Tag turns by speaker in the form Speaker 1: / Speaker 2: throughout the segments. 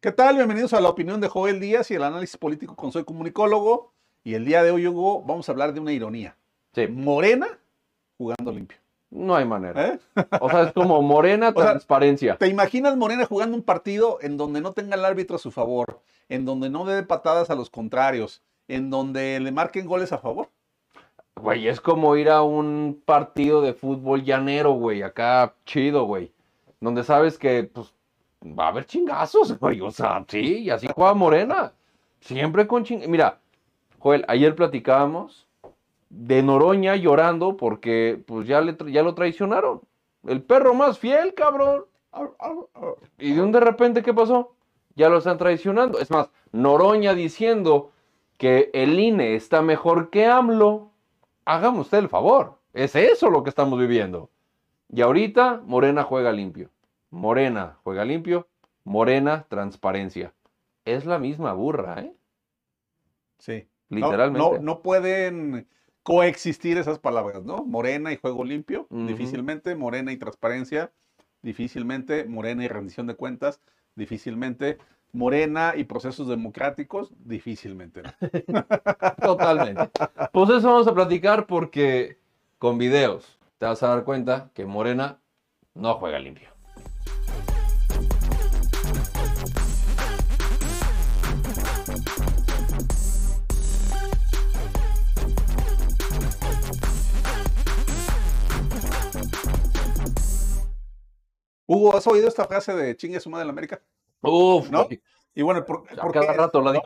Speaker 1: ¿Qué tal? Bienvenidos a la opinión de Joel Díaz y el análisis político con Soy Comunicólogo. Y el día de hoy, Hugo, vamos a hablar de una ironía.
Speaker 2: Sí.
Speaker 1: Morena jugando limpio.
Speaker 2: No hay manera.
Speaker 1: ¿eh?
Speaker 2: O sea, es como morena
Speaker 1: sea,
Speaker 2: transparencia.
Speaker 1: ¿Te imaginas Morena jugando un partido en donde no tenga el árbitro a su favor, en donde no dé patadas a los contrarios, en donde le marquen goles a favor?
Speaker 2: Güey, es como ir a un partido de fútbol llanero, güey, acá chido, güey. Donde sabes que, pues, va a haber chingazos, güey. O sea, sí, y así juega Morena. Siempre con ching... Mira, Joel, ayer platicábamos de Noroña llorando porque, pues, ya, le tra- ya lo traicionaron. El perro más fiel, cabrón.
Speaker 1: Ar, ar, ar.
Speaker 2: Y de un de repente, ¿qué pasó? Ya lo están traicionando. Es más, Noroña diciendo que el INE está mejor que AMLO. Hágame usted el favor. Es eso lo que estamos viviendo. Y ahorita Morena juega limpio. Morena juega limpio. Morena transparencia. Es la misma burra, ¿eh?
Speaker 1: Sí. No,
Speaker 2: Literalmente.
Speaker 1: No, no pueden coexistir esas palabras, ¿no? Morena y juego limpio,
Speaker 2: Ujú.
Speaker 1: difícilmente. Morena y transparencia, difícilmente. Morena y rendición de cuentas, difícilmente. Morena y procesos democráticos, difícilmente.
Speaker 2: Totalmente. Pues eso vamos a platicar porque con videos te vas a dar cuenta que Morena no juega limpio.
Speaker 1: Hugo, ¿has oído esta frase de chingue su madre la América?
Speaker 2: Uf,
Speaker 1: ¿No?
Speaker 2: güey,
Speaker 1: Y bueno, ¿por,
Speaker 2: a
Speaker 1: por
Speaker 2: cada
Speaker 1: qué?
Speaker 2: rato la digo.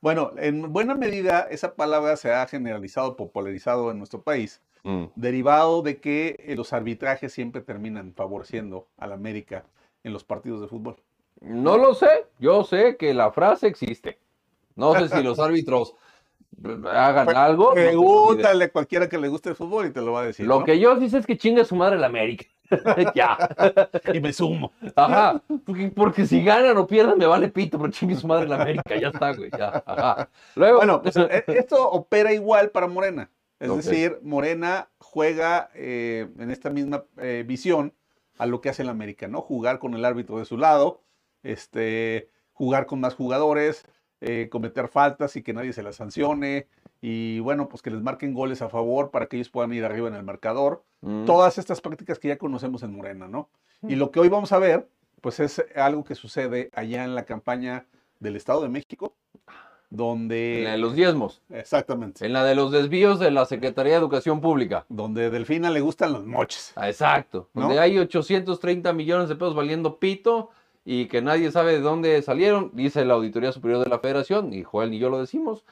Speaker 1: bueno, en buena medida esa palabra se ha generalizado, popularizado en nuestro país,
Speaker 2: Mm.
Speaker 1: derivado de que eh, los arbitrajes siempre terminan favoreciendo al América en los partidos de fútbol.
Speaker 2: No lo sé, yo sé que la frase existe. No sé si los árbitros hagan
Speaker 1: Pre-
Speaker 2: algo. no tengo ni idea.
Speaker 1: Pregúntale a cualquiera que le guste el fútbol y te lo va a decir.
Speaker 2: Lo
Speaker 1: ¿no?
Speaker 2: que yo sí sé es que chinga su madre la América. ya.
Speaker 1: Y me sumo.
Speaker 2: Ajá. Porque, porque si ganan o pierden me vale pito, pero chingue su madre la América. Ya está, güey. Ya. Ajá. Luego.
Speaker 1: Bueno, pues, e- esto opera igual para Morena. Es
Speaker 2: Ok.
Speaker 1: decir, Morena juega eh, en esta misma eh, visión a lo que hace el América, ¿no? Jugar con el árbitro de su lado, este, jugar con más jugadores, eh, cometer faltas y que nadie se las sancione. Y bueno, pues que les marquen goles a favor para que ellos puedan ir arriba en el marcador.
Speaker 2: Mm.
Speaker 1: todas estas prácticas que ya conocemos en Morena, ¿no? Y lo que hoy vamos a ver, pues es algo que sucede allá en la campaña del Estado de México,
Speaker 2: En la de
Speaker 1: donde...
Speaker 2: los diezmos.
Speaker 1: Exactamente.
Speaker 2: En la de los desvíos de la Secretaría de Educación Pública.
Speaker 1: Donde Delfina le gustan los moches.
Speaker 2: Ah, Exacto.
Speaker 1: ¿No?
Speaker 2: Donde hay 830 millones de pesos valiendo pito y que nadie sabe de dónde salieron, dice la Auditoría Superior de la Federación, y Joel y yo lo decimos.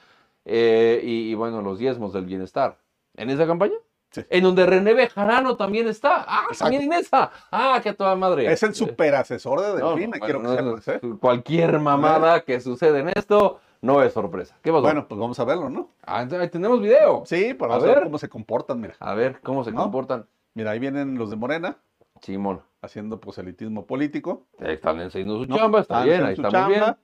Speaker 2: Eh, y, y bueno, los diezmos del bienestar. ¿En esa campaña?
Speaker 1: Sí.
Speaker 2: En donde René Bejarano también está. ¡Ah,
Speaker 1: Exacto.
Speaker 2: también en esa! ¡Ah, qué a toda madre!
Speaker 1: Es el superasesor de
Speaker 2: No, no,
Speaker 1: Delfina,
Speaker 2: bueno,
Speaker 1: quiero que
Speaker 2: no,
Speaker 1: sepas, ¿eh?
Speaker 2: Cualquier mamada que sucede en esto no es sorpresa. ¿Qué pasó?
Speaker 1: Bueno, pues vamos a verlo, ¿no?
Speaker 2: Ah, entonces, tenemos video.
Speaker 1: Sí, para
Speaker 2: A
Speaker 1: ver
Speaker 2: ver.
Speaker 1: cómo se comportan, mira.
Speaker 2: A ver cómo se
Speaker 1: ¿No?
Speaker 2: comportan.
Speaker 1: Mira, ahí vienen los de Morena
Speaker 2: Simón.
Speaker 1: haciendo proselitismo político.
Speaker 2: Están haciendo su
Speaker 1: ¿no?
Speaker 2: chamba, está
Speaker 1: Hacen
Speaker 2: bien, ahí
Speaker 1: su
Speaker 2: está muy bien.
Speaker 1: chamba,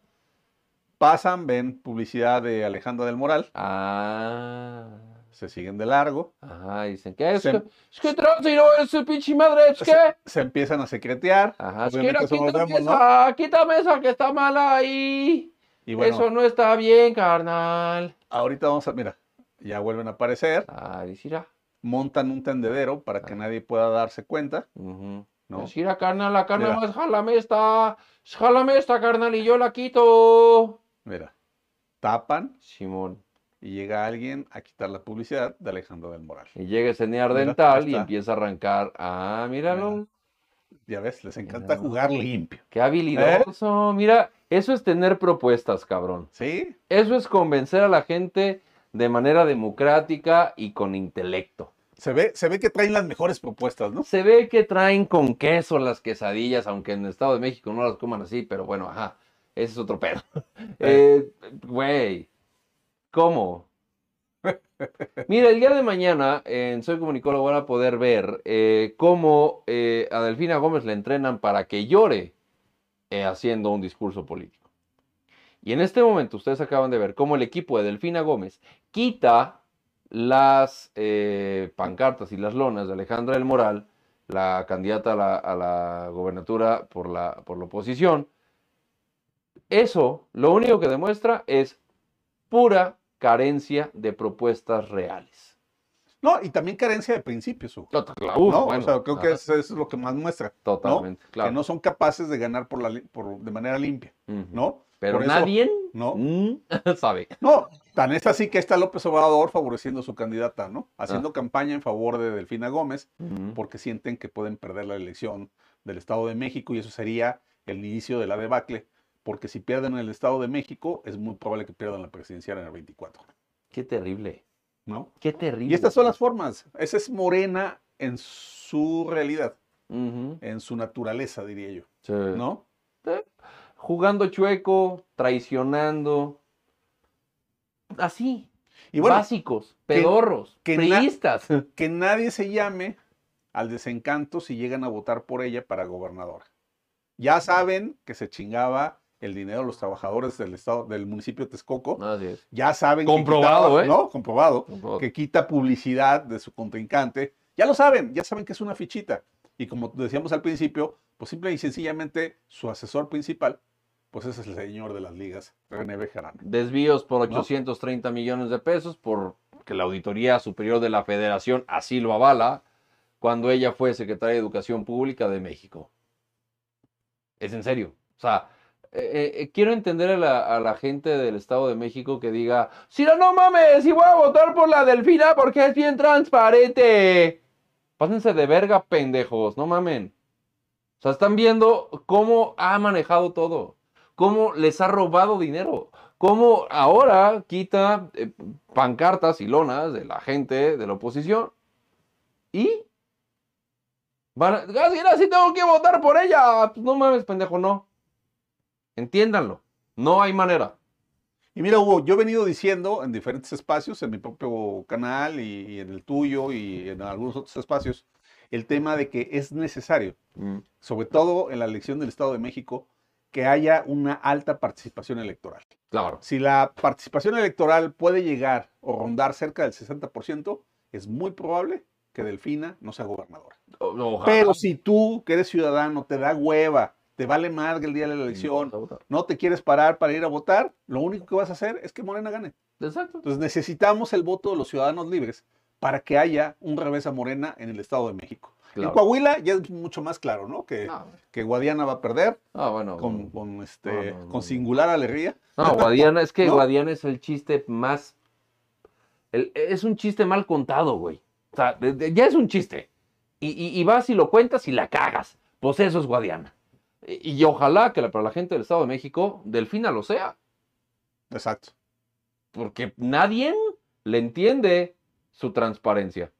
Speaker 1: Pasan, ven publicidad de Alejandra del Moral,
Speaker 2: Ah.
Speaker 1: se siguen de largo.
Speaker 2: Ajá, dicen que es
Speaker 1: Se- em
Speaker 2: que es que tránsito es su pinche madre, es
Speaker 1: Se-
Speaker 2: que.
Speaker 1: se empiezan a secretear.
Speaker 2: Ajá, es que
Speaker 1: Obviamente
Speaker 2: no,
Speaker 1: eso no lo
Speaker 2: quítame,
Speaker 1: vemos, ¿no?
Speaker 2: esa, quítame esa que está mala ahí.
Speaker 1: Y bueno,
Speaker 2: Eso no está bien, carnal.
Speaker 1: ahorita vamos a, mira, ya vuelven a aparecer,
Speaker 2: Ah, decirá.
Speaker 1: montan un tendedero para que
Speaker 2: Ah.
Speaker 1: nadie pueda darse cuenta,
Speaker 2: Ujú.
Speaker 1: ¿no?
Speaker 2: Decirá, carnal, la carne
Speaker 1: Mira.
Speaker 2: más, jálame esta. Jálame esta, carnal, y yo la quito.
Speaker 1: Mira, tapan
Speaker 2: Simón.
Speaker 1: y llega alguien a quitar la publicidad de Alejandro del Moral.
Speaker 2: Y llega ese near
Speaker 1: Mira,
Speaker 2: dental
Speaker 1: ahí
Speaker 2: y
Speaker 1: está.
Speaker 2: empieza a arrancar. Ah, míralo.
Speaker 1: Mira. Ya ves, les encanta
Speaker 2: Mira.
Speaker 1: jugar limpio,
Speaker 2: Qué habilidoso. Mira, eso es tener propuestas, cabrón.
Speaker 1: ¿sí?
Speaker 2: Eso es convencer a la gente de manera democrática y con intelecto.
Speaker 1: Se ve, se ve que traen las mejores propuestas, ¿no?
Speaker 2: Se ve que traen con queso las quesadillas, aunque en el Estado de México no las coman así, pero bueno, ajá, ese es otro pedo. Eh, Güey, ¿cómo? Mira, el día de mañana en Soy Comunicólogo van a poder ver eh, cómo eh, a Delfina Gómez le entrenan para que llore eh, haciendo un discurso político. Y en este momento ustedes acaban de ver cómo el equipo de Delfina Gómez quita las eh, pancartas y las lonas de Alejandra del Moral, la candidata a la, a la gobernatura por la, por la oposición, Eso lo único que demuestra es pura carencia de propuestas reales.
Speaker 1: No, y también carencia de principios. Hugo,
Speaker 2: No, t- claro,
Speaker 1: ¿no? o
Speaker 2: bueno,
Speaker 1: sea, creo que
Speaker 2: ajá,
Speaker 1: eso es lo que más muestra.
Speaker 2: Totalmente, claro.
Speaker 1: Que no son capaces de ganar por la, li- por, de manera limpia,
Speaker 2: Ujú.
Speaker 1: ¿no?
Speaker 2: Pero
Speaker 1: Por eso-
Speaker 2: nadie
Speaker 1: no.
Speaker 2: mm, sabe.
Speaker 1: No, tan es así que está López Obrador favoreciendo a su candidata, ¿no? Haciendo campaña en favor de Delfina Gómez
Speaker 2: Ujú.
Speaker 1: porque sienten que pueden perder la elección del Estado de México y eso sería el inicio de la debacle. Porque si pierden el Estado de México, es muy probable que pierdan la presidencial en el 24,
Speaker 2: Qué terrible.
Speaker 1: ¿no?
Speaker 2: Qué terrible.
Speaker 1: Y estas son las formas. Esa es Morena en su realidad,
Speaker 2: Ujú.
Speaker 1: en su naturaleza, diría yo,
Speaker 2: Sí.
Speaker 1: ¿no?
Speaker 2: Jugando chueco, traicionando. Así.
Speaker 1: Y bueno,
Speaker 2: básicos,
Speaker 1: que-
Speaker 2: pedorros,
Speaker 1: que na-
Speaker 2: priistas.
Speaker 1: que nadie se llame al desencanto si llegan a votar por ella para gobernadora. Ya saben que se chingaba el dinero de los trabajadores del estado del municipio de Texcoco.
Speaker 2: Así es.
Speaker 1: Ya saben que
Speaker 2: Comprobado,
Speaker 1: quitaba-
Speaker 2: ¿eh?
Speaker 1: ¿no? Comprobado que quita publicidad de su contrincante. Ya lo saben, ya saben que es una fichita. Y como decíamos al principio, pues simple y sencillamente su asesor principal, pues ese es el señor de las ligas, René Bejarano.
Speaker 2: Desvíos por
Speaker 1: No.
Speaker 2: 830 millones de pesos por que la Auditoría Superior de la Federación así lo avala cuando ella fue secretaria de Educación Pública de México. Es en serio. O sea, eh, eh, quiero entender a la, a la gente del Estado de México que diga, si no, no mames, y voy a votar por la Delfina porque es bien transparente. Pásense de verga, pendejos, no mamen. O sea, están viendo cómo ha manejado todo, cómo les ha robado dinero, cómo ahora quita eh, pancartas y lonas de la gente de la oposición y van a, "Ah, sí, no, sí tengo que votar por ella. Pues no mames, pendejo, no. Entiéndanlo, no hay manera.
Speaker 1: Y mira, Hugo, yo he venido diciendo en diferentes espacios, en mi propio canal y, y en el tuyo y en algunos otros espacios, el tema de que es necesario, sobre todo en la elección del Estado de México, que haya una alta participación electoral.
Speaker 2: Claro,
Speaker 1: Si la participación electoral puede llegar o rondar cerca del 60%, es muy probable que Delfina no sea gobernadora.
Speaker 2: o- no, ojalá.
Speaker 1: Pero si tú, que eres ciudadano, te da hueva, te vale madre el día de la elección, no te quieres parar para ir a votar, lo único que vas a hacer es que Morena gane.
Speaker 2: Exacto.
Speaker 1: Entonces necesitamos el voto de los ciudadanos libres para que haya un revés a Morena en el Estado de México. En
Speaker 2: Claro.
Speaker 1: Coahuila ya es mucho más claro, ¿no? Que,
Speaker 2: Ah,
Speaker 1: que Guadiana va a perder
Speaker 2: ah, bueno.
Speaker 1: con, con, este,
Speaker 2: No, no, no,
Speaker 1: con
Speaker 2: no.
Speaker 1: singular alegría.
Speaker 2: No, Guadiana, es que
Speaker 1: ¿No?
Speaker 2: Guadiana es el chiste más. el- es un chiste mal contado, güey. O sea, de- de- ya es un chiste. Y, y- y vas y lo cuentas y la cagas. Pues eso es Guadiana. Y, y ojalá que la- para la gente del Estado de México, Delfina lo sea.
Speaker 1: Exacto.
Speaker 2: Porque nadie le entiende su transparencia.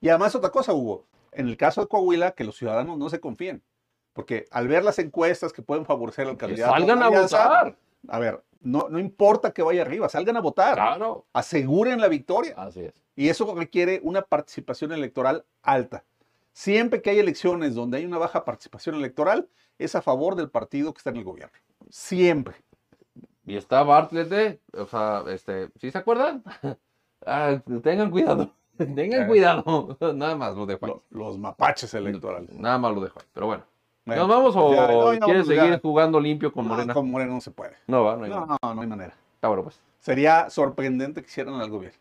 Speaker 1: Y además otra cosa, Hugo, en el caso de Coahuila, que los ciudadanos no se confíen. Porque al ver las encuestas que pueden favorecer al
Speaker 2: Que
Speaker 1: candidato... de
Speaker 2: salgan a
Speaker 1: Alianza,
Speaker 2: votar.
Speaker 1: A ver, no, no importa que vaya arriba, salgan a votar,
Speaker 2: Claro.
Speaker 1: aseguren la victoria.
Speaker 2: Así es.
Speaker 1: Y eso requiere una participación electoral alta. Siempre que hay elecciones donde hay una baja participación electoral, es a favor del partido que está en el gobierno. Siempre.
Speaker 2: Y está Bartlett, eh, o sea, este, ¿sí se acuerdan? Ah, tengan cuidado, tengan
Speaker 1: Ah.
Speaker 2: cuidado. Nada más lo dejo ahí.
Speaker 1: Lo- los mapaches electorales.
Speaker 2: Nada más lo dejo ahí, pero bueno.
Speaker 1: Bueno,
Speaker 2: ¿Nos vamos o
Speaker 1: ya, no, ya
Speaker 2: quieres
Speaker 1: vamos, ya.
Speaker 2: seguir jugando limpio con
Speaker 1: no,
Speaker 2: Morena?
Speaker 1: Ah, con Morena no se puede.
Speaker 2: No, va, no hay
Speaker 1: No,
Speaker 2: manera.
Speaker 1: no, no hay manera.
Speaker 2: Está bueno, pues.
Speaker 1: Sería sorprendente que hicieran algo bien.